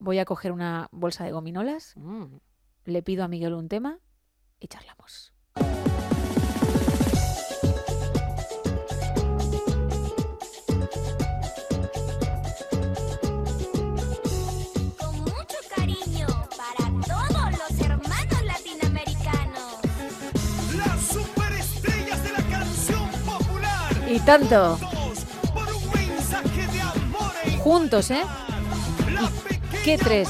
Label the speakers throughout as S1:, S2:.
S1: voy a coger una bolsa de gominolas,
S2: Mm.
S1: le pido a Miguel un tema y charlamos.
S3: Con mucho cariño para todos los hermanos latinoamericanos.
S4: Las superestrellas de la canción popular.
S1: Y tanto,
S4: Dos, por un mensaje de amor e igualdad.
S1: juntos, ¿eh?
S4: La
S1: qué
S4: pequeña
S1: tres?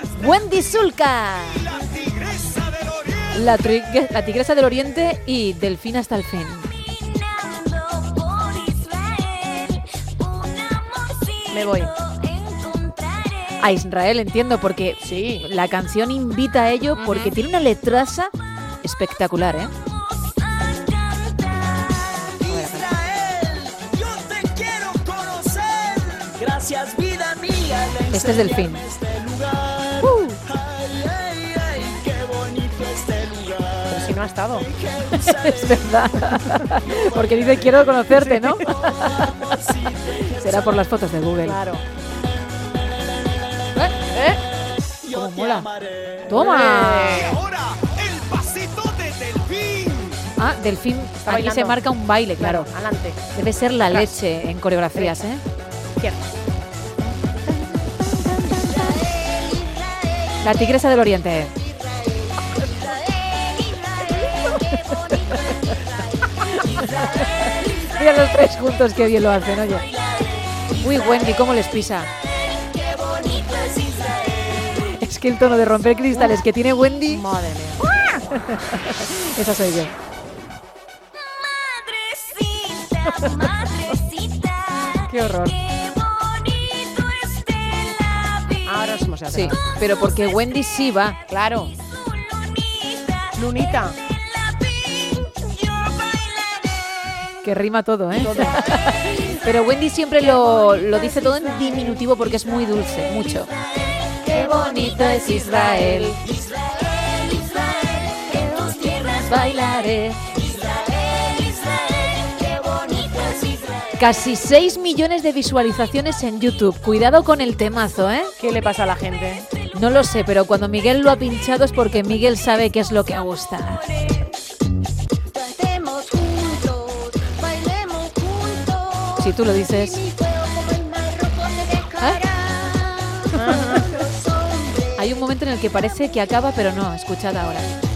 S1: Wendy, Wendy Zulka,
S4: la tigresa del oriente.
S1: la, tri- la tigresa del oriente y delfín hasta el fin.
S3: Caminando por Israel, un amorcito
S1: Me voy.
S3: encontraré.
S1: A Israel entiendo porque
S2: Sí.
S1: la canción invita a ello porque
S2: Ujú.
S1: tiene una letraza espectacular, ¿eh?
S3: Vamos a cantar.
S5: Israel, yo te quiero conocer. Gracias, vida mía. de
S1: Este es Delfín.
S5: enseñarme Este lugar. Ay, ay, ay, qué bonito este lugar.
S2: Pero si no ha estado.
S5: En Jerusalén,
S1: Es verdad. Porque dice quiero conocerte, ¿no?
S5: oh, amorcito, en
S1: Será por las fotos de Google.
S2: Claro.
S5: Jerusalén, yo
S1: Cómo
S5: te
S1: mola.
S5: amaré.
S1: ¡Toma!
S4: Y ahora, el pasito de Delfín.
S1: Ah, Delfín, aquí
S2: bailando.
S1: se marca un baile, claro.
S2: Adelante.
S1: Debe ser la
S2: Claro.
S1: leche en coreografías, ¿eh?
S2: Cierto.
S3: Israel, Israel,
S1: La tigresa del oriente.
S3: Israel, Israel, qué bonito es Israel.
S1: Mira los tres juntos, qué bien lo hacen, oye. Uy, Wendy, cómo les pisa.
S3: Israel, qué bonito es Israel.
S1: Es que el tono de romper cristales que tiene Wendy,
S2: Madre mía.
S1: esa soy yo.
S3: Madrecita, madrecita.
S1: Qué horror.
S3: Qué bonito es Tel Aviv.
S2: Ahora os hemos
S1: Sí,
S2: adelantado.
S1: pero porque Wendy sí va.
S2: Claro.
S3: Su lunita,
S2: Lunita.
S3: Tel Aviv, yo bailaré.
S1: Que rima todo, ¿eh? Pero Wendy siempre lo, lo dice todo en diminutivo porque es muy dulce, mucho. Qué bonito es Israel,
S3: Israel, Israel, en tus tierras
S1: bailaré.
S3: Israel, Israel, qué bonito es Israel.
S1: Casi 6 millones de visualizaciones en YouTube. Cuidado con el temazo, ¿eh?
S2: ¿Qué le pasa a la gente?
S1: No lo sé, pero cuando Miguel lo ha pinchado es porque Miguel sabe qué es lo que gusta.
S3: Cantemos juntos, bailemos juntos.
S1: Si tú lo ¿Ah? dices.
S3: Mi fuego como el mar rojo te dejará. Los hombres
S1: Hay un momento en el que parece que acaba, pero no, escuchad ahora.
S3: en el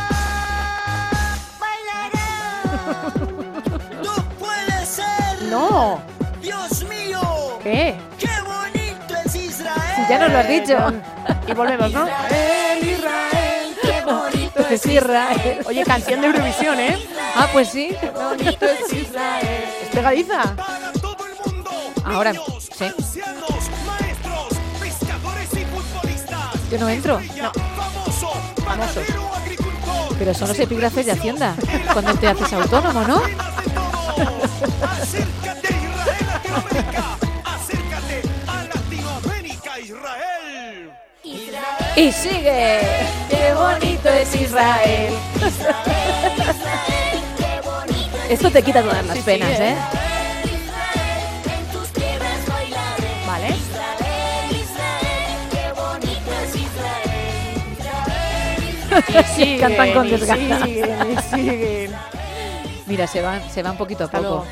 S3: mar bailarán.
S5: No puede ser.
S2: ¡No!
S5: Dios mío.
S2: ¿Qué?
S5: Qué bonito es Israel.
S1: Ya nos lo has dicho.
S2: Y volvemos, ¿no?
S5: Israel, Israel, qué bonito
S1: Es Israel.
S2: Oye, canción de Eurovisión, ¿eh?
S1: Ah, pues sí.
S5: es Israel.
S2: Es pegadiza.
S4: Para todo el mundo.
S1: Ahora,
S4: Niños,
S1: sí.
S4: ancianos, maestros, pescadores y futbolistas.
S1: Yo no entro.
S4: Estrella, Famoso, panadero, agricultor.
S1: Pero son los epígrafes de Hacienda.
S4: En
S1: Cuando te haces autónomo, ¿no?
S4: Reinas de todos. Acércate a Israel, Latinoamérica. Acércate a Latinoamérica, Israel.
S1: Y sigue. Qué bonito es Israel.
S3: Qué bonito
S1: Esto te quita todas las
S2: Sí, sí,
S1: penas,
S2: ¿eh?
S1: ¿eh?
S3: es Israel, en tus tierras bailaré.
S2: Vale.
S3: Israel, Israel, qué bonito es Israel.
S2: Y siguen,
S1: Cantan con
S2: y
S1: desgana.
S2: siguen, y siguen.
S1: Mira, se van, se van poquito a
S2: Hasta
S1: poco.
S2: luego.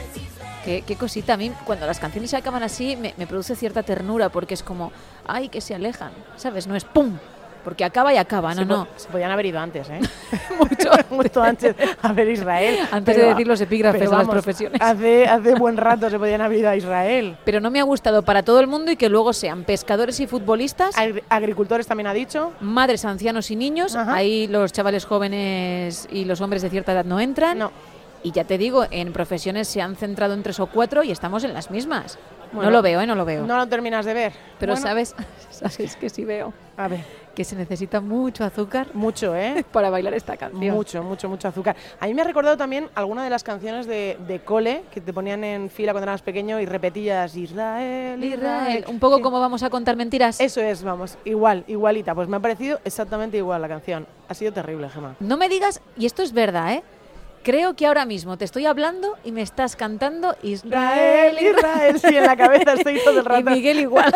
S1: Qué, qué cosita. A mí, cuando las canciones se acaban así, me, me produce cierta ternura porque es como, ay, que se alejan. ¿Sabes? No es pum. Porque acaba y acaba, Ah, no,
S2: Se
S1: no.
S2: po- Se podían haber ido antes, ¿eh?
S1: Mucho.
S2: Mucho antes. A ver, Israel.
S1: Antes de decir los epígrafes
S2: pero
S1: a las
S2: vamos,
S1: profesiones.
S2: Hace, hace buen rato se podían haber ido a Israel.
S1: Pero no me ha gustado para todo el mundo y que luego sean pescadores y futbolistas,
S2: Agri- agricultores también ha dicho.
S1: madres, ancianos y niños.
S2: Ajá.
S1: Ahí los chavales jóvenes y los hombres de cierta edad no entran.
S2: No.
S1: Y ya te digo, en profesiones se han centrado en tres o cuatro y estamos en las mismas.
S2: Bueno,
S1: no lo veo, ¿eh? No lo veo.
S2: No lo terminas de ver.
S1: Pero
S2: Bueno,
S1: sabes, sabes que sí veo
S2: A ver,
S1: que se necesita mucho azúcar
S2: mucho, ¿eh?
S1: para bailar esta canción.
S2: Mucho, mucho, mucho azúcar. A mí me ha recordado también alguna de las canciones de, de cole que te ponían en fila cuando eras pequeño y repetías Israel, Israel.
S1: Israel, un poco
S2: Sí.
S1: como vamos a contar mentiras.
S2: Eso es, vamos, igual, igualita. Pues me ha parecido exactamente igual la canción. Ha sido terrible, Gemma.
S1: No me digas, y esto es verdad, ¿eh? Creo que ahora mismo te estoy hablando y me estás cantando Israel,
S2: Israel, Israel, sí, en la cabeza estoy todo el
S1: Y
S2: rato.
S1: Miguel igual.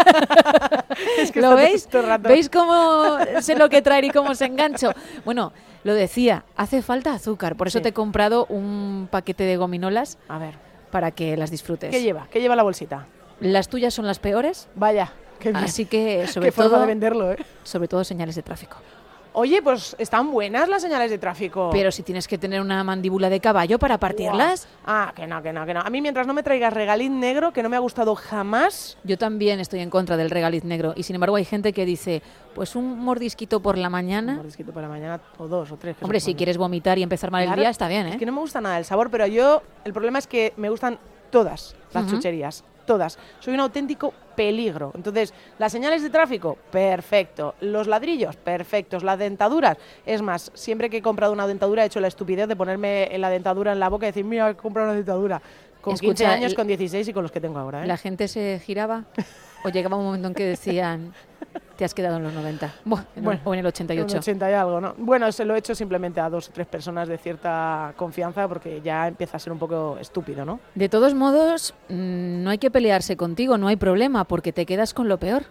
S2: Es que
S1: ¿Lo
S2: está
S1: veis?
S2: todo el rato.
S1: ¿Veis cómo sé lo que traer y cómo se engancho? Bueno, lo decía, hace falta azúcar. Por eso
S2: Sí.
S1: te he comprado un paquete de gominolas
S2: A ver,
S1: para que las disfrutes.
S2: ¿qué lleva? ¿Qué lleva la bolsita?
S1: Las tuyas son las peores,
S2: Vaya, qué bien.
S1: así que Ah, sobre
S2: qué forma
S1: todo,
S2: de venderlo, ¿eh?
S1: sobre todo señales de tráfico.
S2: Oye, pues están buenas las señales de tráfico.
S1: Pero si tienes que tener una mandíbula de caballo para partirlas,
S2: Guau. Ah, que no, que no, que no. A mí mientras no me traigas regalín negro, que no me ha gustado jamás.
S1: yo también estoy en contra del regaliz negro. Y sin embargo hay gente que dice, pues un mordisquito por la
S2: Un
S1: mañana.
S2: mordisquito para mañana o dos o tres. que se
S1: Hombre, si
S2: ponen.
S1: quieres vomitar y empezar mal el
S2: Claro,
S1: día, está bien, ¿eh?
S2: Es que no me gusta nada el sabor, pero yo el problema es que me gustan todas las
S1: Ujú.
S2: chucherías, todas. Soy un auténtico peligro. Entonces, las señales de tráfico, perfecto. Los ladrillos, perfectos. Las dentaduras, es más, siempre que he comprado una dentadura he hecho la estupidez de ponerme la dentadura en la boca y decir, mira, he comprado una dentadura. Con 15
S1: Escucha,
S2: años,
S1: el-
S2: con 16 y con los que tengo ahora. ¿eh?
S1: La gente se giraba o llegaba un momento en que decían, te has quedado en los 90 Buah, en el-
S2: Bueno,
S1: o en el
S2: Un
S1: 88.
S2: 80 y algo, ¿no? Bueno, se lo he hecho simplemente a dos o tres personas de cierta confianza porque ya empieza a ser un poco estúpido, ¿no?
S1: De todos modos, mm, no hay que pelearse contigo, no hay problema, porque te quedas con lo peor.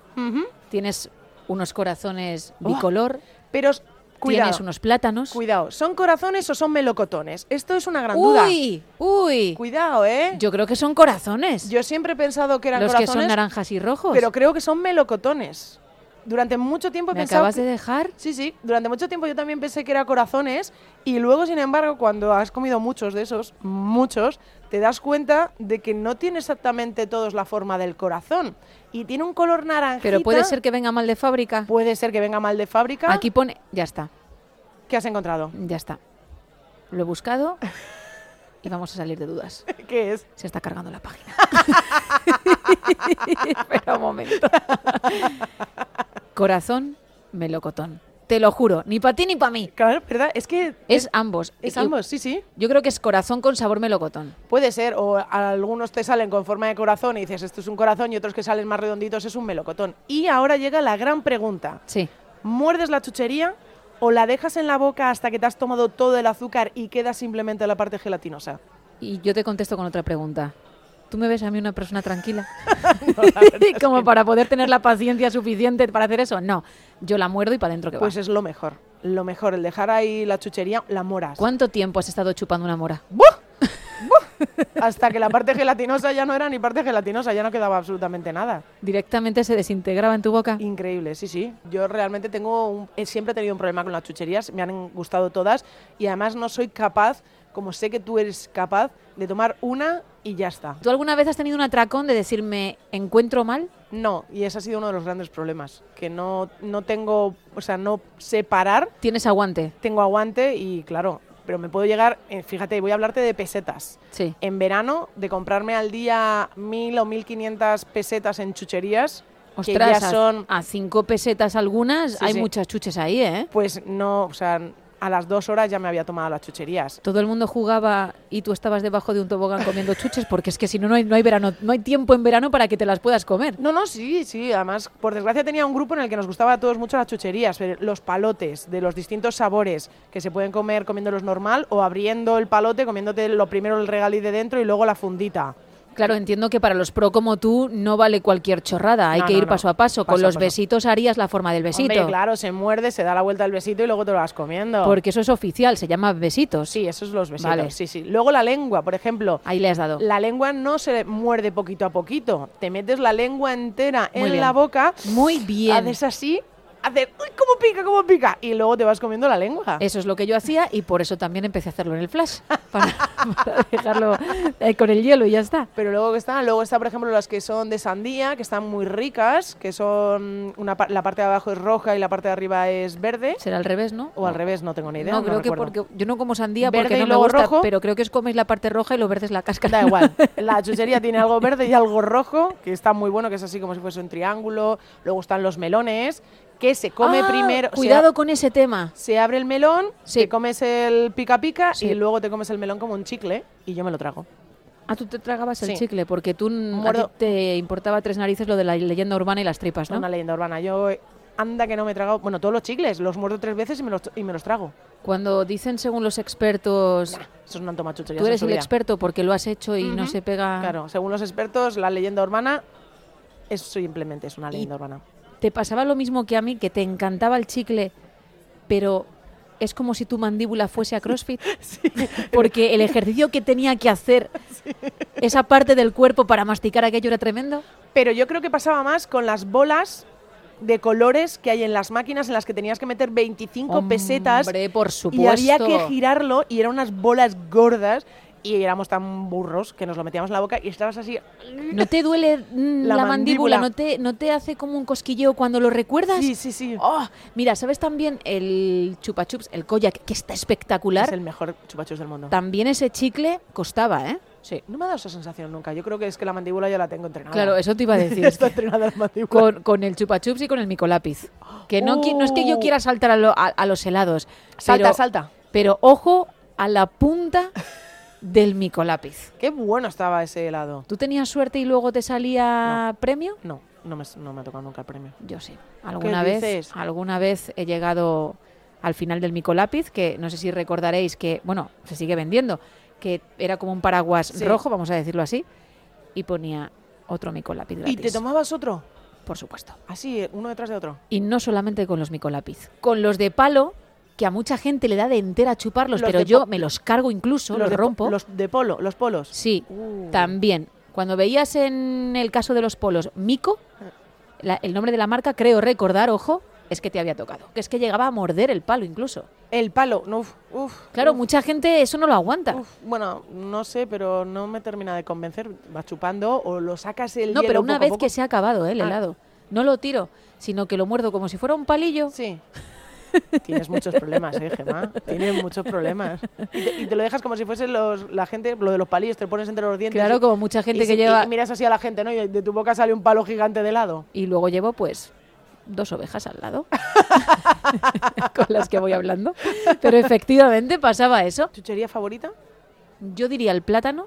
S1: Tienes unos corazones
S2: Oh,
S1: bicolor,
S2: Pero s- cuidado.
S1: tienes unos plátanos.
S2: Cuidado, ¿son corazones o son melocotones? Esto es una gran duda.
S1: ¡Uy! ¡Uy!
S2: Cuidado, ¿eh? Yo,
S1: Yo creo que son corazones.
S2: siempre he pensado que eran
S1: los que
S2: corazones,
S1: son naranjas y rojos.
S2: pero creo que son melocotones. Durante mucho tiempo he
S1: ¿Me
S2: pensado
S1: acabas
S2: que-
S1: de dejar?
S2: Sí, sí, durante mucho tiempo yo también pensé que era corazones y luego, sin embargo, cuando has comido muchos de esos, muchos, te das cuenta de que no tiene exactamente todos la forma del corazón y tiene un color naranja.
S1: Pero puede ser que venga mal de fábrica.
S2: puede ser que venga mal de fábrica.
S1: Aquí pone... Ya está.
S2: ¿Qué has encontrado?
S1: Ya está. Lo he buscado y vamos a salir de dudas.
S2: ¿Qué es?
S1: Se está cargando la página. Espera un momento. Corazón, melocotón. Te lo juro, ni para ti ni para mí.
S2: Claro, ¿verdad? Es que
S1: Es ambos.
S2: es
S1: Y-
S2: ambos, sí, sí.
S1: Yo creo que es corazón con sabor melocotón.
S2: Puede ser, o algunos te salen con forma de corazón y dices esto es un corazón y otros que salen más redonditos es un melocotón. Y ahora llega la gran pregunta.
S1: Sí.
S2: ¿Muerdes la chuchería o la dejas en la boca hasta que te has tomado todo el azúcar y queda simplemente la parte gelatinosa?
S1: Y yo te contesto con otra pregunta. ¿Tú me ves a mí una persona tranquila? Como para poder tener la paciencia suficiente para hacer eso. No, yo la muerdo y para adentro que
S2: Pues
S1: va.
S2: es lo mejor, lo mejor, el dejar ahí la chuchería, la moras.
S1: ¿Cuánto tiempo has estado chupando una mora?
S2: ¡Buah! ¡Buah! Hasta que la parte gelatinosa ya no era ni parte gelatinosa, ya no quedaba absolutamente nada.
S1: ¿Directamente se desintegraba en tu boca?
S2: Increíble, sí, sí. Yo realmente tengo un- eh, siempre he tenido un problema con las chucherías, me han gustado todas y además no soy capaz, como sé que tú eres capaz, de tomar una y ya está.
S1: ¿Tú alguna vez has tenido un atracón de decirme encuentro mal?
S2: No, y ese ha sido uno de los grandes problemas, que no, no tengo, o sea, no sé parar,
S1: Tienes aguante.
S2: tengo aguante y claro, pero me puedo llegar, eh, fíjate, voy a hablarte de pesetas.
S1: Sí.
S2: En verano, de comprarme al día mil o mil quinientas pesetas en chucherías, que
S1: Ostras,
S2: ya
S1: a-
S2: son
S1: a cinco pesetas algunas,
S2: Sí,
S1: hay
S2: sí.
S1: muchas chuches ahí, ¿eh?
S2: Pues no, o sea, a las dos horas ya me había tomado las chucherías.
S1: Todo el mundo jugaba y tú estabas debajo de un tobogán comiendo chuches porque es que si no, no hay, no hay verano, no hay tiempo en verano para que te las puedas comer.
S2: No, no, sí, sí. Además, por desgracia tenía un grupo en el que nos gustaba a todos mucho las chucherías, pero los palotes de los distintos sabores que se pueden comer comiéndolos normal o abriendo el palote, comiéndote lo primero el regalí de dentro y luego la fundita.
S1: Claro, entiendo que para los pro como tú no vale cualquier chorrada, hay
S2: No,
S1: que
S2: no,
S1: ir
S2: no.
S1: paso a paso. Con
S2: Paso a
S1: los
S2: paso.
S1: besitos harías la forma del besito.
S2: Hombre, claro, se muerde, se da la vuelta al besito y luego te lo vas comiendo.
S1: Porque eso es oficial, se llama besitos.
S2: Sí, esos son los besitos.
S1: Vale.
S2: Sí, sí. Luego la lengua, por ejemplo.
S1: Ahí le has dado.
S2: La lengua no se muerde poquito a poquito. Te metes la lengua entera
S1: Muy
S2: en
S1: bien.
S2: la boca
S1: Muy bien.
S2: Haces así, haces, uy, cómo pica, cómo pica. Y luego te vas comiendo la lengua.
S1: Eso es lo que yo hacía y por eso también empecé a hacerlo en el flash, para, para dejarlo eh, con el hielo y ya está.
S2: Pero luego que están, luego está por ejemplo las que son de sandía, que están muy ricas, que son una pa- la parte de abajo es roja y la parte de arriba es verde.
S1: Será al revés, ¿no?
S2: O al revés, no tengo ni idea.
S1: no,
S2: No,
S1: creo que
S2: recuerdo.
S1: porque yo no como sandía
S2: Verde
S1: porque
S2: y
S1: no me
S2: luego
S1: gusta,
S2: rojo.
S1: pero creo que os coméis la parte roja y lo verde es la cáscara.
S2: Da igual. La chuchería tiene algo verde y algo rojo, que está muy bueno, que es así como si fuese un triángulo. Luego están los melones, que se come
S1: Ah,
S2: primero. se
S1: Cuidado
S2: a-
S1: con ese tema.
S2: Se abre el melón,
S1: Sí.
S2: te comes el pica pica
S1: Sí.
S2: y luego te comes el melón como un chicle y yo me lo trago.
S1: Ah, tú te tragabas el
S2: Sí.
S1: chicle porque tú n- a ti
S2: Muerdo.
S1: te importaba tres narices lo de la leyenda urbana y las tripas, ¿no?
S2: Una leyenda urbana. Yo, eh, anda que no me he tragado. Bueno, todos los chicles, los muerdo tres veces y me los, y me los trago.
S1: Cuando dicen según los expertos,
S2: Eso es una antomachucho. ya
S1: tú
S2: se
S1: eres el
S2: subirá.
S1: experto porque lo has hecho y no
S2: Ujú.
S1: se pega.
S2: Claro, según los expertos, la leyenda urbana es simplemente es una leyenda urbana.
S1: ¿Te pasaba lo mismo que a mí, que te encantaba el chicle, pero es como si tu mandíbula fuese a CrossFit? Porque el ejercicio que tenía que hacer esa parte del cuerpo para masticar aquello era tremendo.
S2: Pero yo creo que pasaba más con las bolas de colores que hay en las máquinas en las que tenías que meter 25 pesetas
S1: Hombre, por
S2: y
S1: supuesto.
S2: había que girarlo y eran unas bolas gordas y éramos tan burros que nos lo metíamos en la boca y estabas así.
S1: ¿No te duele mm, la,
S2: La
S1: mandíbula?
S2: mandíbula.
S1: ¿No te, ¿No te hace como un cosquilleo cuando lo recuerdas?
S2: Sí, sí, sí.
S1: Oh, mira, ¿sabes también el chupa chups, el koyak, que está espectacular?
S2: Es el mejor chupachos del mundo.
S1: También ese chicle costaba, ¿eh?
S2: Sí, no me ha dado esa sensación nunca. Yo creo que es que la mandíbula ya la tengo entrenada.
S1: Claro, eso te iba a decir.
S2: Está entrenada la mandíbula.
S1: con, con el chupa chups y con el micolápiz. Que no, qui- no es que yo
S2: Uh.
S1: quiera saltar a, lo- a- a los helados.
S2: Salta,
S1: pero,
S2: salta.
S1: Pero ojo a la punta del micolápiz.
S2: Qué bueno estaba ese helado.
S1: ¿Tú tenías suerte y luego te salía premio?
S2: No, no me, no me ha tocado nunca el premio.
S1: Yo sí. Alguna
S2: dices?
S1: vez, alguna vez he llegado al final del micolápiz, que no sé si recordaréis que, bueno, se sigue vendiendo, que era como un paraguas
S2: Sí.
S1: rojo, vamos a decirlo así, y ponía otro micolápiz gratis.
S2: ¿Y te tomabas otro?
S1: Por supuesto.
S2: Así, eh, uno detrás de otro.
S1: Y no solamente con los micolápiz, con los de palo, que a mucha gente le da de entera chuparlos,
S2: Los
S1: pero
S2: de
S1: yo
S2: po-
S1: me los cargo incluso, los,
S2: de po-
S1: rompo.
S2: Los de polo, los polos.
S1: Sí,
S2: Uh.
S1: también. Cuando veías en el caso de los polos Mico, la- el nombre de la marca, creo recordar, ojo, es que te había tocado. Que es que llegaba a morder el palo incluso.
S2: El palo, no, uf, uf,
S1: Claro,
S2: uf,
S1: mucha gente eso no lo aguanta.
S2: uf. Bueno, no sé, pero no me termina de convencer. Vas chupando o lo sacas el
S1: no,
S2: hielo
S1: pero una
S2: poco a
S1: vez
S2: poco.
S1: que se ha acabado eh, el
S2: Ah.
S1: helado, no lo tiro, sino que lo muerdo como si fuera un palillo.
S2: Sí. Tienes muchos problemas, eh, Gemma. Tienes muchos problemas. Y te, y te lo dejas como si fuese los, la gente, lo de los palillos, te lo pones entre los dientes.
S1: Claro,
S2: y-
S1: como mucha gente
S2: y
S1: que
S2: si- y-
S1: lleva...
S2: y miras así a la gente, ¿no? Y de tu boca sale un palo gigante de helado.
S1: Y luego llevo, pues, dos ovejas al lado con las que voy hablando. Pero efectivamente pasaba eso.
S2: ¿Chuchería favorita?
S1: Yo diría el plátano,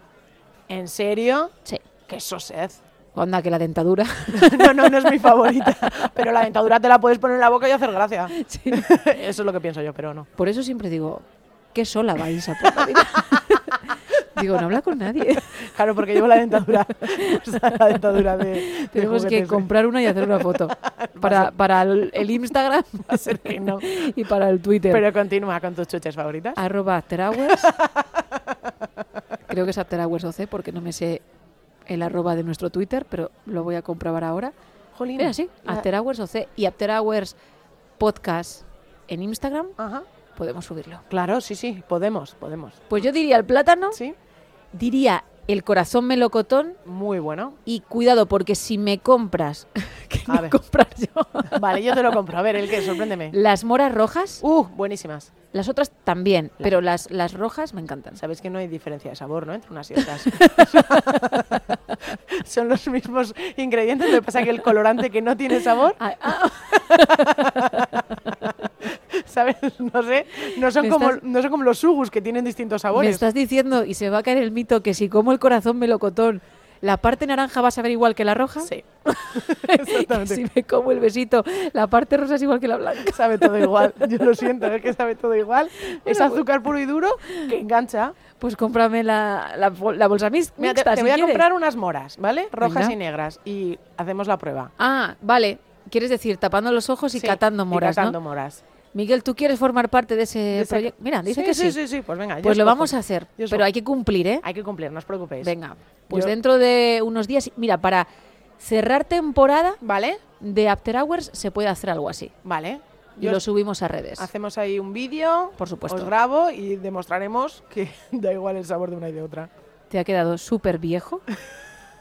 S2: ¿En serio?
S1: sí.
S2: ¡Qué sosed!
S1: Onda que la dentadura.
S2: No, no, no es mi favorita. Pero la dentadura te la puedes poner en la boca y hacer gracia.
S1: Sí.
S2: Eso es lo que pienso yo, pero no.
S1: Por eso siempre digo, qué sola vais a por la vida. digo, no habla con nadie.
S2: Claro, porque llevo la dentadura. O sea, la dentadura de. de
S1: Tenemos que
S2: juguetes.
S1: comprar una y hacer una foto. Para, para el, el Instagram
S2: Va a ser que no.
S1: y para el Twitter.
S2: Pero continúa con tus chuches favoritas.
S1: Arroba After Hours. Creo que es After Hours OC porque no me sé el arroba de nuestro Twitter, pero lo voy a comprobar ahora.
S2: Jolín.
S1: Era así,
S2: La-
S1: After Hours OC y After Hours Podcast en Instagram,
S2: Ajá.
S1: podemos subirlo.
S2: Claro, sí, sí, podemos, podemos.
S1: Pues yo diría el plátano,
S2: Sí,
S1: diría el corazón melocotón
S2: muy bueno.
S1: y cuidado porque si me compras, que
S2: A
S1: no
S2: ver.
S1: comprar yo,
S2: Vale, yo te lo compro. A ver, el que, sorpréndeme.
S1: las moras rojas,
S2: Uh, buenísimas.
S1: las otras también, pero las, las rojas me encantan.
S2: Sabéis que no hay diferencia de sabor, ¿no? Entre unas y otras. Son los mismos ingredientes, lo que pasa que el colorante que no tiene sabor,
S1: Ah, ah,
S2: ¿sabes? No sé, no son,
S1: Me
S2: como,
S1: estás-
S2: no son como los sugus que tienen distintos
S1: me
S2: sabores.
S1: estás diciendo y se va a caer el mito que si como el corazón melocotón, la parte naranja va a saber igual que la roja.
S2: Sí,
S1: Que si me como el besito, la parte rosa es igual que la blanca.
S2: sabe todo igual. Yo lo siento, es que sabe todo igual. es
S1: Bueno,
S2: azúcar puro y duro que engancha.
S1: Pues cómprame la, la bol- la bolsa mis- mixta.
S2: Mira, te, te
S1: si
S2: voy a
S1: quieres.
S2: comprar unas moras, ¿vale? Rojas
S1: Venga.
S2: y negras. Y hacemos la prueba.
S1: Ah, vale. Quieres decir, tapando los ojos y
S2: Sí,
S1: catando moras,
S2: Y catando
S1: ¿no?
S2: moras.
S1: Miguel, ¿tú quieres formar parte de ese
S2: De esa-
S1: proyecto? Eh, Mira, dice
S2: sí,
S1: que
S2: sí.
S1: sí.
S2: Sí, sí, pues venga. yo
S1: Pues lo
S2: escojo.
S1: vamos a hacer,
S2: Yo
S1: pero
S2: escojo.
S1: hay que cumplir, ¿eh?
S2: Hay que cumplir, no os preocupéis.
S1: Venga, pues
S2: Yo-
S1: dentro de unos días, mira, para cerrar temporada
S2: ¿Vale?
S1: de After Hours se puede hacer algo así.
S2: Vale.
S1: Y
S2: Yo
S1: lo
S2: os-
S1: subimos a redes.
S2: Hacemos ahí un vídeo.
S1: Por supuesto.
S2: Os grabo y demostraremos que da igual el sabor de una y de otra.
S1: Te ha quedado súper viejo.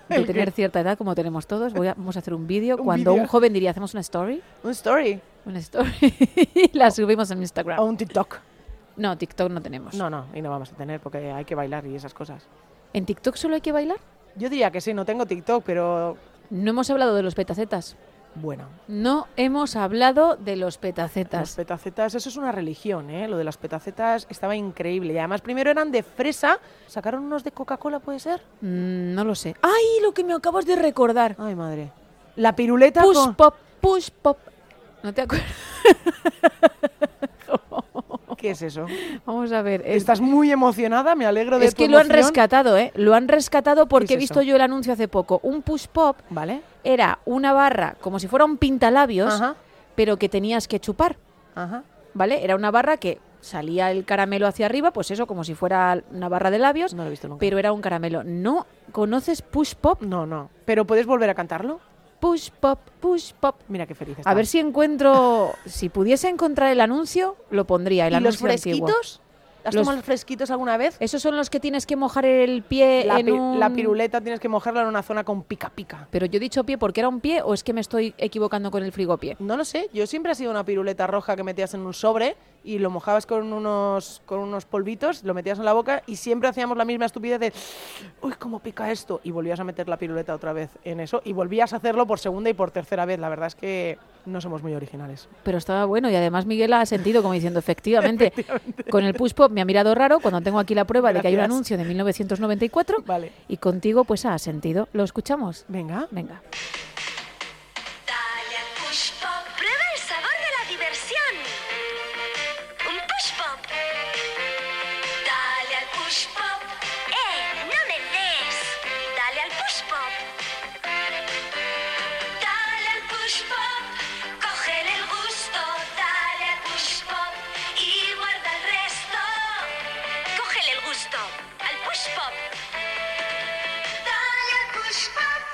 S1: De
S2: ¿El
S1: tener
S2: qué?
S1: cierta edad, como tenemos todos, Voy a- vamos a hacer un vídeo.
S2: Un
S1: Cuando un
S2: vídeo.
S1: joven diría, hacemos una story,
S2: Un story
S1: una story, y la subimos en Instagram.
S2: o un TikTok.
S1: No, TikTok no tenemos.
S2: Oh. Pues No, no, y no vamos a tener porque hay que bailar y esas cosas.
S1: ¿En TikTok solo hay que bailar?
S2: Yo diría que sí, no tengo TikTok, pero
S1: No hemos hablado de los petacetas.
S2: bueno.
S1: No hemos hablado de los
S2: Las
S1: petacetas.
S2: petacetas, eso es una religión, ¿eh? Lo de las petacetas estaba increíble. Y además primero eran de fresa, sacaron unos de Coca-Cola, ¿puede ser?
S1: Mm, no lo sé. ¡Ay, lo que me acabas de recordar!
S2: Ay, madre. La piruleta
S1: Push
S2: Ah, con-
S1: pop, push pop. ¿No te acuerdas?
S2: ¿Qué es eso?
S1: Vamos a ver. es-
S2: Estás muy emocionada, me alegro de
S1: es
S2: tu
S1: que lo han
S2: emoción.
S1: rescatado, ¿eh? Lo han rescatado porque
S2: es
S1: he visto
S2: eso?
S1: yo el anuncio hace poco. Un push pop
S2: Vale.
S1: era una barra como si fuera un pintalabios,
S2: Ajá.
S1: pero que tenías que chupar,
S2: Ajá.
S1: ¿vale? Era una barra que salía el caramelo hacia arriba, pues eso, como si fuera una barra de labios,
S2: No lo he visto nunca.
S1: pero era un caramelo. ¿No conoces push pop?
S2: No, no. ¿Pero puedes volver a cantarlo?
S1: Push pop, push pop.
S2: Mira qué feliz está.
S1: A ver si encuentro, si pudiese encontrar el anuncio, lo pondría. El
S2: ¿Y los
S1: anuncio antiguo.
S2: fresquitos? ¿Has
S1: Los-
S2: tomado los fresquitos alguna vez?
S1: Esos son los que tienes que mojar el pie
S2: La,
S1: Eh, en
S2: pi-
S1: un...
S2: la piruleta tienes que mojarla en una zona con pica pica.
S1: Pero yo he dicho pie porque era un pie o es que me estoy equivocando con el frigopié.
S2: No lo sé, yo siempre he sido una piruleta roja que metías en un sobre y lo mojabas con unos, con unos polvitos, lo metías en la boca y siempre hacíamos la misma estupidez de, uy, cómo pica esto, y volvías a meter la piruleta otra vez en eso y volvías a hacerlo por segunda y por tercera vez. La verdad es que no somos muy originales.
S1: Pero estaba bueno y además Miguel ha sentido como diciendo, efectivamente, con el push pop me ha mirado raro cuando tengo aquí la prueba de que hay un
S2: Gracias.
S1: anuncio de 1994
S2: Vale.
S1: y contigo pues ha sentido. ¿Lo escuchamos?
S2: Venga.
S1: Venga.
S6: Dale al push pop. Prueba el sabor de la diversión. Un push pop. Dale al push pop. ¡Eh! ¡No me des! Dale al push pop. Dale al push pop. Coger el gusto. Dale al push pop. Y guarda el resto. Cógele el gusto. Al push pop. Dale al push pop.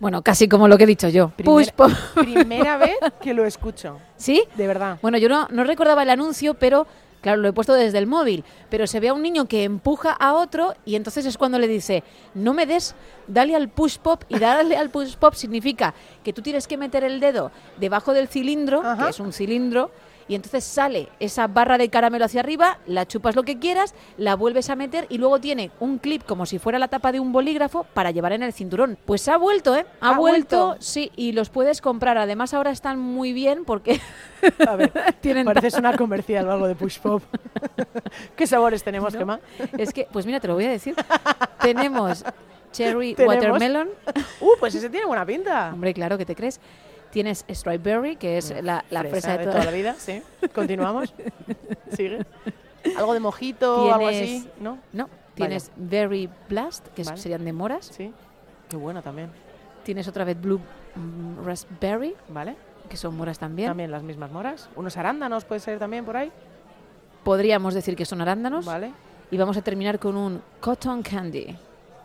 S1: Bueno, casi como lo que he dicho yo. Push pop.
S2: Primera- primera vez que lo escucho,
S1: ¿Sí?
S2: de verdad.
S1: Bueno, yo no, no recordaba el anuncio, pero claro, lo he puesto desde el móvil. Pero se ve a un niño que empuja a otro y entonces es cuando le dice, no me des, dale al push pop. Y darle al push pop significa que tú tienes que meter el dedo debajo del cilindro,
S2: Ajá.
S1: que es un cilindro, y entonces sale esa barra de caramelo hacia arriba, la chupas lo que quieras, la vuelves a meter y luego tiene un clip como si fuera la tapa de un bolígrafo para llevar en el cinturón. Pues ha vuelto, ¿eh? Ha,
S2: ¿Ha
S1: vuelto,
S2: vuelto?
S1: sí, y los puedes comprar. Además ahora están muy bien porque
S2: A ver,
S1: tienen
S2: pareces una comercial o algo de push pop. ¿Qué sabores tenemos, Gemma?
S1: Es que, pues mira, te lo voy a decir. Tenemos cherry
S2: Tenemos.
S1: watermelon.
S2: Uh, pues ese tiene buena pinta.
S1: Hombre, claro que te crees. Tienes strawberry, que es la, la fresa,
S2: Mm, de toda la vida, sí. Continuamos. Sigue. Algo de mojito, algo así,
S1: Tienes-
S2: ¿no?
S1: No, tienes berry blast, que es-
S2: Vale.
S1: serían de moras.
S2: Sí. Qué bueno también,
S1: Tienes otra vez blue mm, raspberry,
S2: ¿vale?
S1: que son moras también.
S2: También las mismas moras. Unos arándanos puede ser también por ahí,
S1: Podríamos decir que son arándanos.
S2: ¿vale?
S1: Y vamos a terminar con un cotton candy.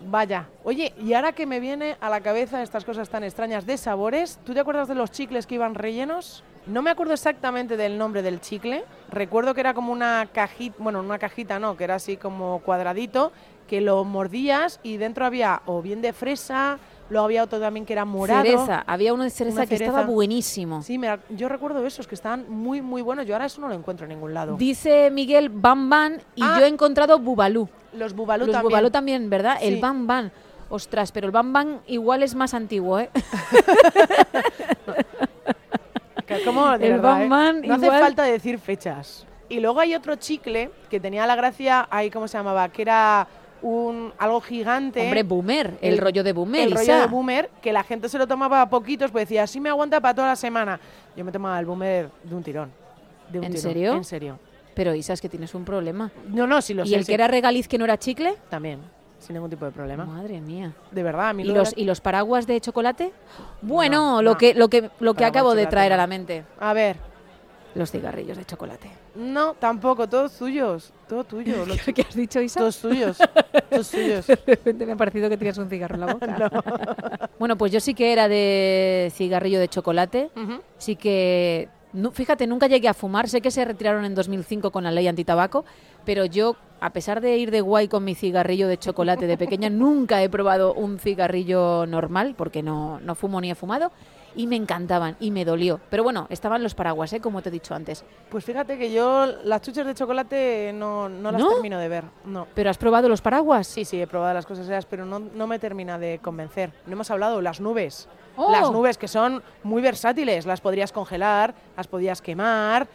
S2: Vaya. Oye, y ahora que me viene a la cabeza estas cosas tan extrañas de sabores, ¿tú te acuerdas de los chicles que iban rellenos? No me acuerdo exactamente del nombre del chicle. Recuerdo que era como una cajita, bueno, una cajita no, que era así como cuadradito, que lo mordías y dentro había o bien de fresa, luego había otro también que era morado.
S1: Cereza. Había uno de cereza
S2: Una
S1: que estaba
S2: cereza.
S1: buenísimo.
S2: Sí, me ac- yo recuerdo esos que estaban muy, muy buenos. Yo ahora eso no lo encuentro en ningún lado.
S1: Dice Miguel Bam Bam y
S2: Ah.
S1: yo he encontrado Bubalú.
S2: los bubalú
S1: Los
S2: también.
S1: Bubalú también, ¿verdad? El
S2: Sí.
S1: Bam Bam. Ostras, pero el Bam Bam igual es más antiguo, ¿eh?
S2: Que como, de
S1: El
S2: verdad, ¿eh?
S1: Batman
S2: No hace
S1: igual-
S2: falta decir fechas. Y luego hay otro chicle que tenía la gracia, ahí cómo se llamaba, que era un algo gigante.
S1: Hombre, Boomer, el, rollo de Boomer,
S2: El rollo
S1: Isa.
S2: de boomer, que la gente se lo tomaba a poquitos, pues decía, así me aguanta para toda la semana. Yo me tomaba el boomer de un tirón. de un
S1: ¿En
S2: tirón,
S1: serio?
S2: En serio.
S1: Pero Isa, es que tienes un problema.
S2: No, no, sí lo
S1: ¿Y
S2: sé,
S1: el
S2: sí.
S1: que era regaliz que no era chicle?
S2: También, sin ningún tipo de problema.
S1: Madre mía.
S2: De verdad, a mí
S1: ¿Y
S2: lo
S1: los,
S2: de
S1: ¿Y los paraguas de chocolate? Bueno,
S2: No,
S1: lo
S2: no.
S1: que, lo que, lo que
S2: Paraguas
S1: acabo de
S2: chocolate,
S1: traer a
S2: no.
S1: la mente.
S2: la- A ver,
S1: Los cigarrillos de chocolate.
S2: no, tampoco, todos tuyos, todo tuyo. los-
S1: ¿Qué has dicho, Isa?
S2: todos tuyos, todos tuyos.
S1: De repente me ha parecido que tenías un cigarro en la boca. bueno, pues yo sí que era de cigarrillo de chocolate.
S2: Ujú.
S1: Sí que, nu- fíjate, nunca llegué a fumar. Sé que se retiraron en 2005 con la ley antitabaco, pero yo, a pesar de ir de guay con mi cigarrillo de chocolate de pequeña, nunca he probado un cigarrillo normal, porque no, no fumo ni he fumado, y me encantaban, y me dolió. Pero bueno, estaban los paraguas, ¿eh? como te he dicho antes.
S2: Pues fíjate que yo las chuches de chocolate no, no las
S1: ¿No?
S2: termino de ver. No.
S1: ¿Pero has probado los paraguas?
S2: Sí, sí, he probado las cosas esas, pero no, no me termina de convencer. No hemos hablado, las nubes.
S1: ¡Oh!
S2: Las nubes que son muy versátiles. Las podrías congelar, las podías quemar.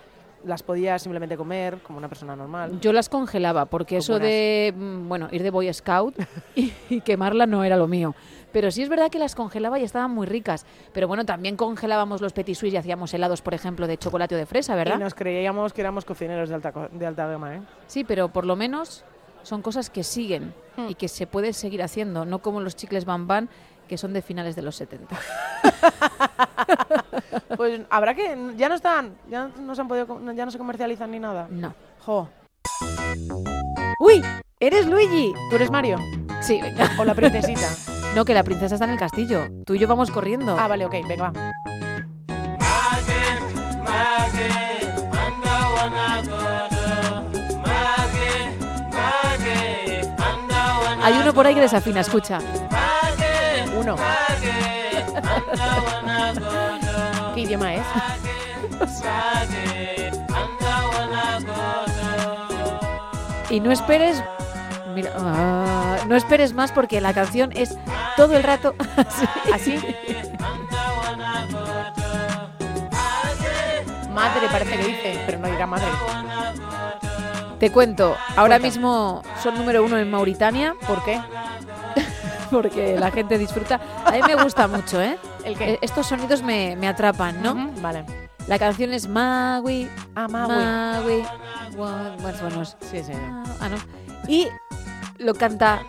S2: las podía simplemente comer como una persona normal.
S1: Yo las congelaba porque
S2: Como
S1: eso de, mm, bueno, ir de Boy Scout y, y quemarla no era lo mío. Pero sí es verdad que las congelaba y estaban muy ricas. Pero bueno, también congelábamos los petit suisse y hacíamos helados, por ejemplo, de chocolate o de fresa, ¿verdad?
S2: Y nos creíamos que éramos cocineros de alta, co- de alta gama, ¿eh?
S1: Sí, pero por lo menos son cosas que siguen
S2: Hmm.
S1: y que se puede seguir haciendo, no como los chicles bambán que son de finales de los 70.
S2: Pues habrá que. Ya no están. Ya no se, han podido, co- ya no se comercializan ni nada.
S1: No.
S2: Jo.
S1: ¡Uy! ¡Eres Luigi!
S2: ¿Tú eres Mario?
S1: Sí, venga.
S2: ¿O la princesita?
S1: No, que la princesa está en el castillo. Tú y yo vamos corriendo.
S2: ah, vale, ok, venga, va.
S1: Hay uno por ahí que desafina, escucha.
S2: Uno. ¿Qué idioma es?
S1: Y no esperes. Mira, ah, no esperes más porque la canción es todo el rato así.
S2: ¿Así? Madre parece que dice, pero no dirá madre.
S1: Te cuento, ahora
S2: Cuenta.
S1: mismo son número uno en Mauritania
S2: ¿Por qué?
S1: porque la gente disfruta. A mí me gusta mucho, ¿eh?
S2: ¿El qué?
S1: Eh, Estos sonidos me, me atrapan, ¿no?
S2: Ujú, Vale.
S1: La canción es Maui,
S2: Ah, Maui.
S1: Maui, wa- buenos, buenos.
S2: Sí, sí. no.
S1: Ah, no. Y lo canta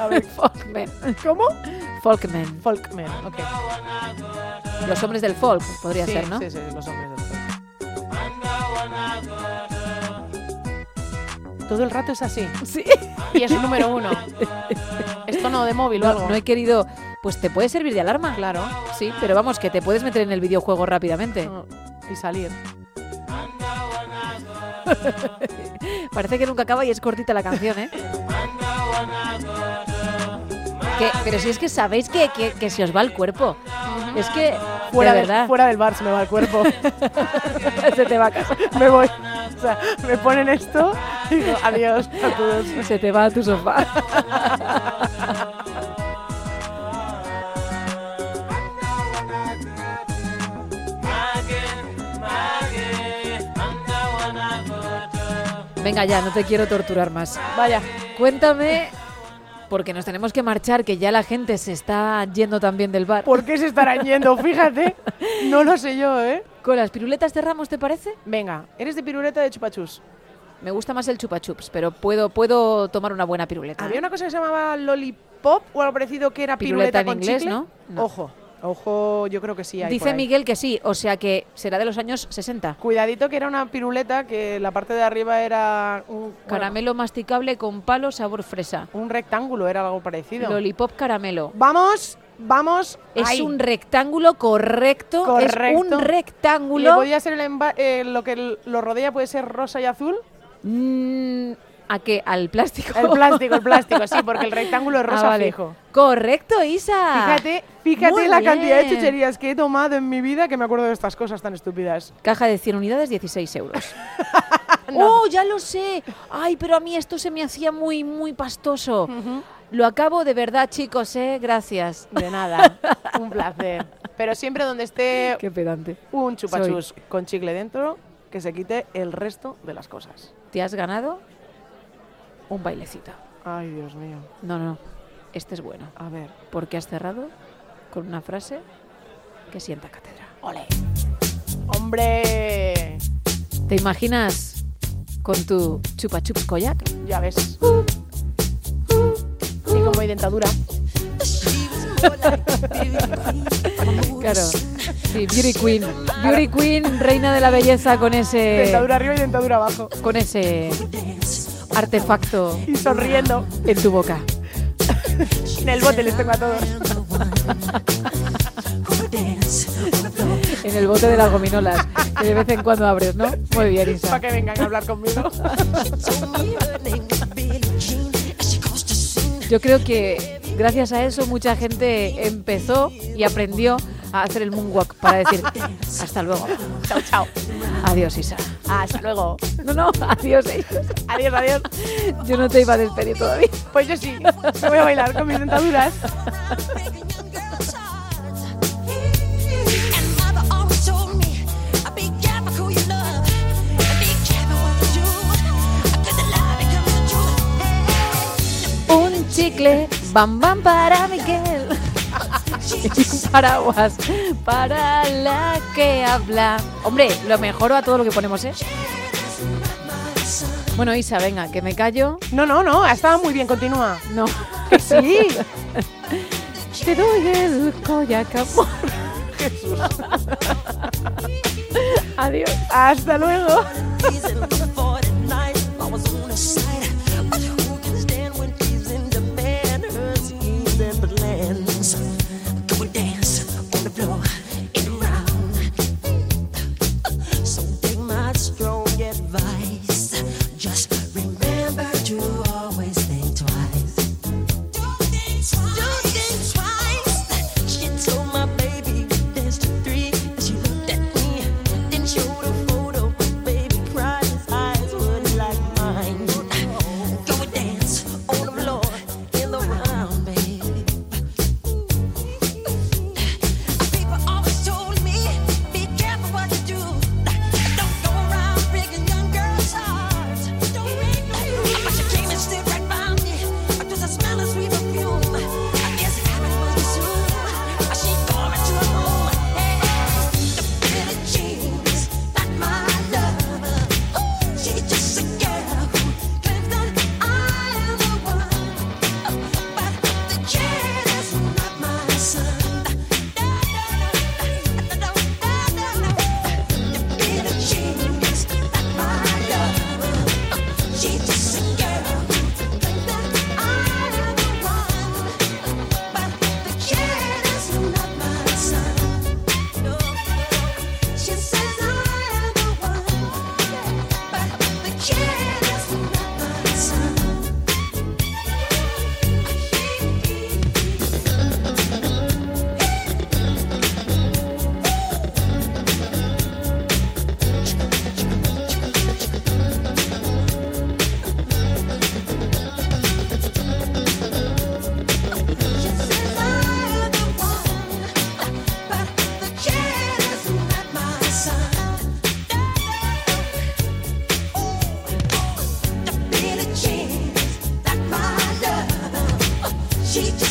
S2: A ver,
S1: Folkman.
S2: ¿cómo?
S1: Folkman.
S2: Folkman, ok.
S1: Los hombres del folk, podría
S2: sí,
S1: ser, ¿no?
S2: Sí, sí, sí, los hombres del folk. Todo el rato es así.
S1: Sí.
S2: Y es número uno. Esto no de móvil o
S1: No,
S2: algo.
S1: no he querido. Pues te puede servir de alarma.
S2: Claro. Ah.
S1: Sí, pero vamos, que te puedes meter en el videojuego rápidamente.
S2: No, Y salir.
S1: Parece que nunca acaba y es cortita la canción, ¿eh? Que- pero si es que sabéis que, que- que se os va el cuerpo. Es que,
S2: Fuera,
S1: de
S2: del-
S1: verdad,
S2: fuera del bar se me va el cuerpo.
S1: se te va a casa.
S2: me voy. O sea, me ponen esto y digo, adiós a todos.
S1: Se te va a tu sofá. Venga ya, no te quiero torturar más.
S2: Vaya.
S1: Cuéntame, porque nos tenemos que marchar, que ya la gente se está yendo también del bar.
S2: ¿Por qué se estarán yendo? Fíjate. No lo sé yo, ¿eh?
S1: Con las piruletas de Ramos, ¿te parece?
S2: Venga, ¿eres de piruleta o de chupachus?
S1: Me gusta más el chupa chups, pero puedo, puedo tomar una buena piruleta.
S2: Había una cosa que se llamaba lollipop o algo parecido que era piruleta,
S1: Piruleta en
S2: con
S1: inglés,
S2: chicle.
S1: ¿no? No.
S2: Ojo, ojo, yo creo que sí hay por
S1: Dice
S2: ahí.
S1: Miguel que sí, o sea que será de los años 60.
S2: Cuidadito que era una piruleta que la parte de arriba era un bueno,
S1: Caramelo masticable con palo sabor fresa.
S2: un rectángulo, era algo parecido.
S1: Lollipop caramelo.
S2: Vamos, vamos.
S1: Es
S2: ahí.
S1: un rectángulo correcto. Es
S2: Correcto.
S1: un
S2: Le
S1: rectángulo.
S2: podía ser el emba- eh, lo que l- lo rodea puede ser rosa y azul.
S1: Mm, ¿A qué? Al plástico.
S2: El plástico, el plástico, sí, porque el rectángulo es
S1: Ah,
S2: rosa
S1: vale.
S2: fijo.
S1: Correcto, Isa.
S2: Fíjate, fíjate
S1: Muy
S2: la cantidad de
S1: bien.
S2: chucherías que he tomado en mi vida que me acuerdo de estas cosas tan estúpidas.
S1: Caja de 100 unidades, 16 euros.
S2: No.
S1: ¡Oh, ya lo sé! Ay, pero a mí esto se me hacía muy, muy pastoso.
S2: Mm.
S1: Lo acabo de verdad, chicos, ¿eh? Gracias.
S2: De nada, un placer. Pero siempre donde esté
S1: Qué pedante.
S2: un chupachus con chicle dentro, que se quite el resto de las cosas.
S1: Te has ganado un bailecito.
S2: Ay, Dios mío.
S1: No, no, este es bueno.
S2: A ver.
S1: Porque has cerrado con una frase que sienta cátedra.
S2: ¡Ole! ¡Hombre!
S1: ¿Te imaginas con tu chupa chups koyak?
S2: Ya ves.
S1: Uh,
S2: Sí, como hay dentadura.
S1: Claro. Sí, Beauty Queen. Beauty Queen, reina de la belleza con ese
S2: Dentadura arriba y dentadura abajo.
S1: con ese artefacto
S2: Y sonriendo.
S1: en tu boca.
S2: En el bote les tengo a todos.
S1: En el bote de las gominolas, que de vez en cuando abres, ¿no? Muy bien, Isa.
S2: Para que vengan a hablar conmigo.
S1: Yo creo que gracias a eso mucha gente empezó y aprendió a hacer el moonwalk para decir hasta luego.
S2: chao, chao.
S1: Adiós, Isa.
S2: Hasta luego.
S1: No, no, adiós, Isa.
S2: Adiós, adiós.
S1: Yo no te iba a despedir todavía.
S2: Pues yo sí. Me voy a bailar con mis dentaduras.
S7: And mother always told me, be careful who you
S1: chicle, bam bam para Miguel. Y un paraguas para la que habla. Hombre, lo mejoro a todo lo que ponemos, ¿eh? Bueno, Isa, venga, que me callo.
S2: No, no, no, ha estado muy bien, continúa.
S1: No.
S2: Que sí.
S1: Te doy el koyak, amor. Adiós.
S2: Hasta luego.
S5: Just remember to always think twice. Don't think twice. She told my baby dance to three, and she looked at me, then showed a photo. Baby cried, his eyes were like mine. Go and dance on the floor in the round, baby. People always told me, be careful what you do. Don't go around breaking young girls' hearts. Don't break my But you came and stood right by me. I just a smell of sweet perfume. I guess it happened was too soon. She called me to her room. Hey, the pretty jeans, not my love. She's just a girl who claims that I am the one, but the kid is not my son. She just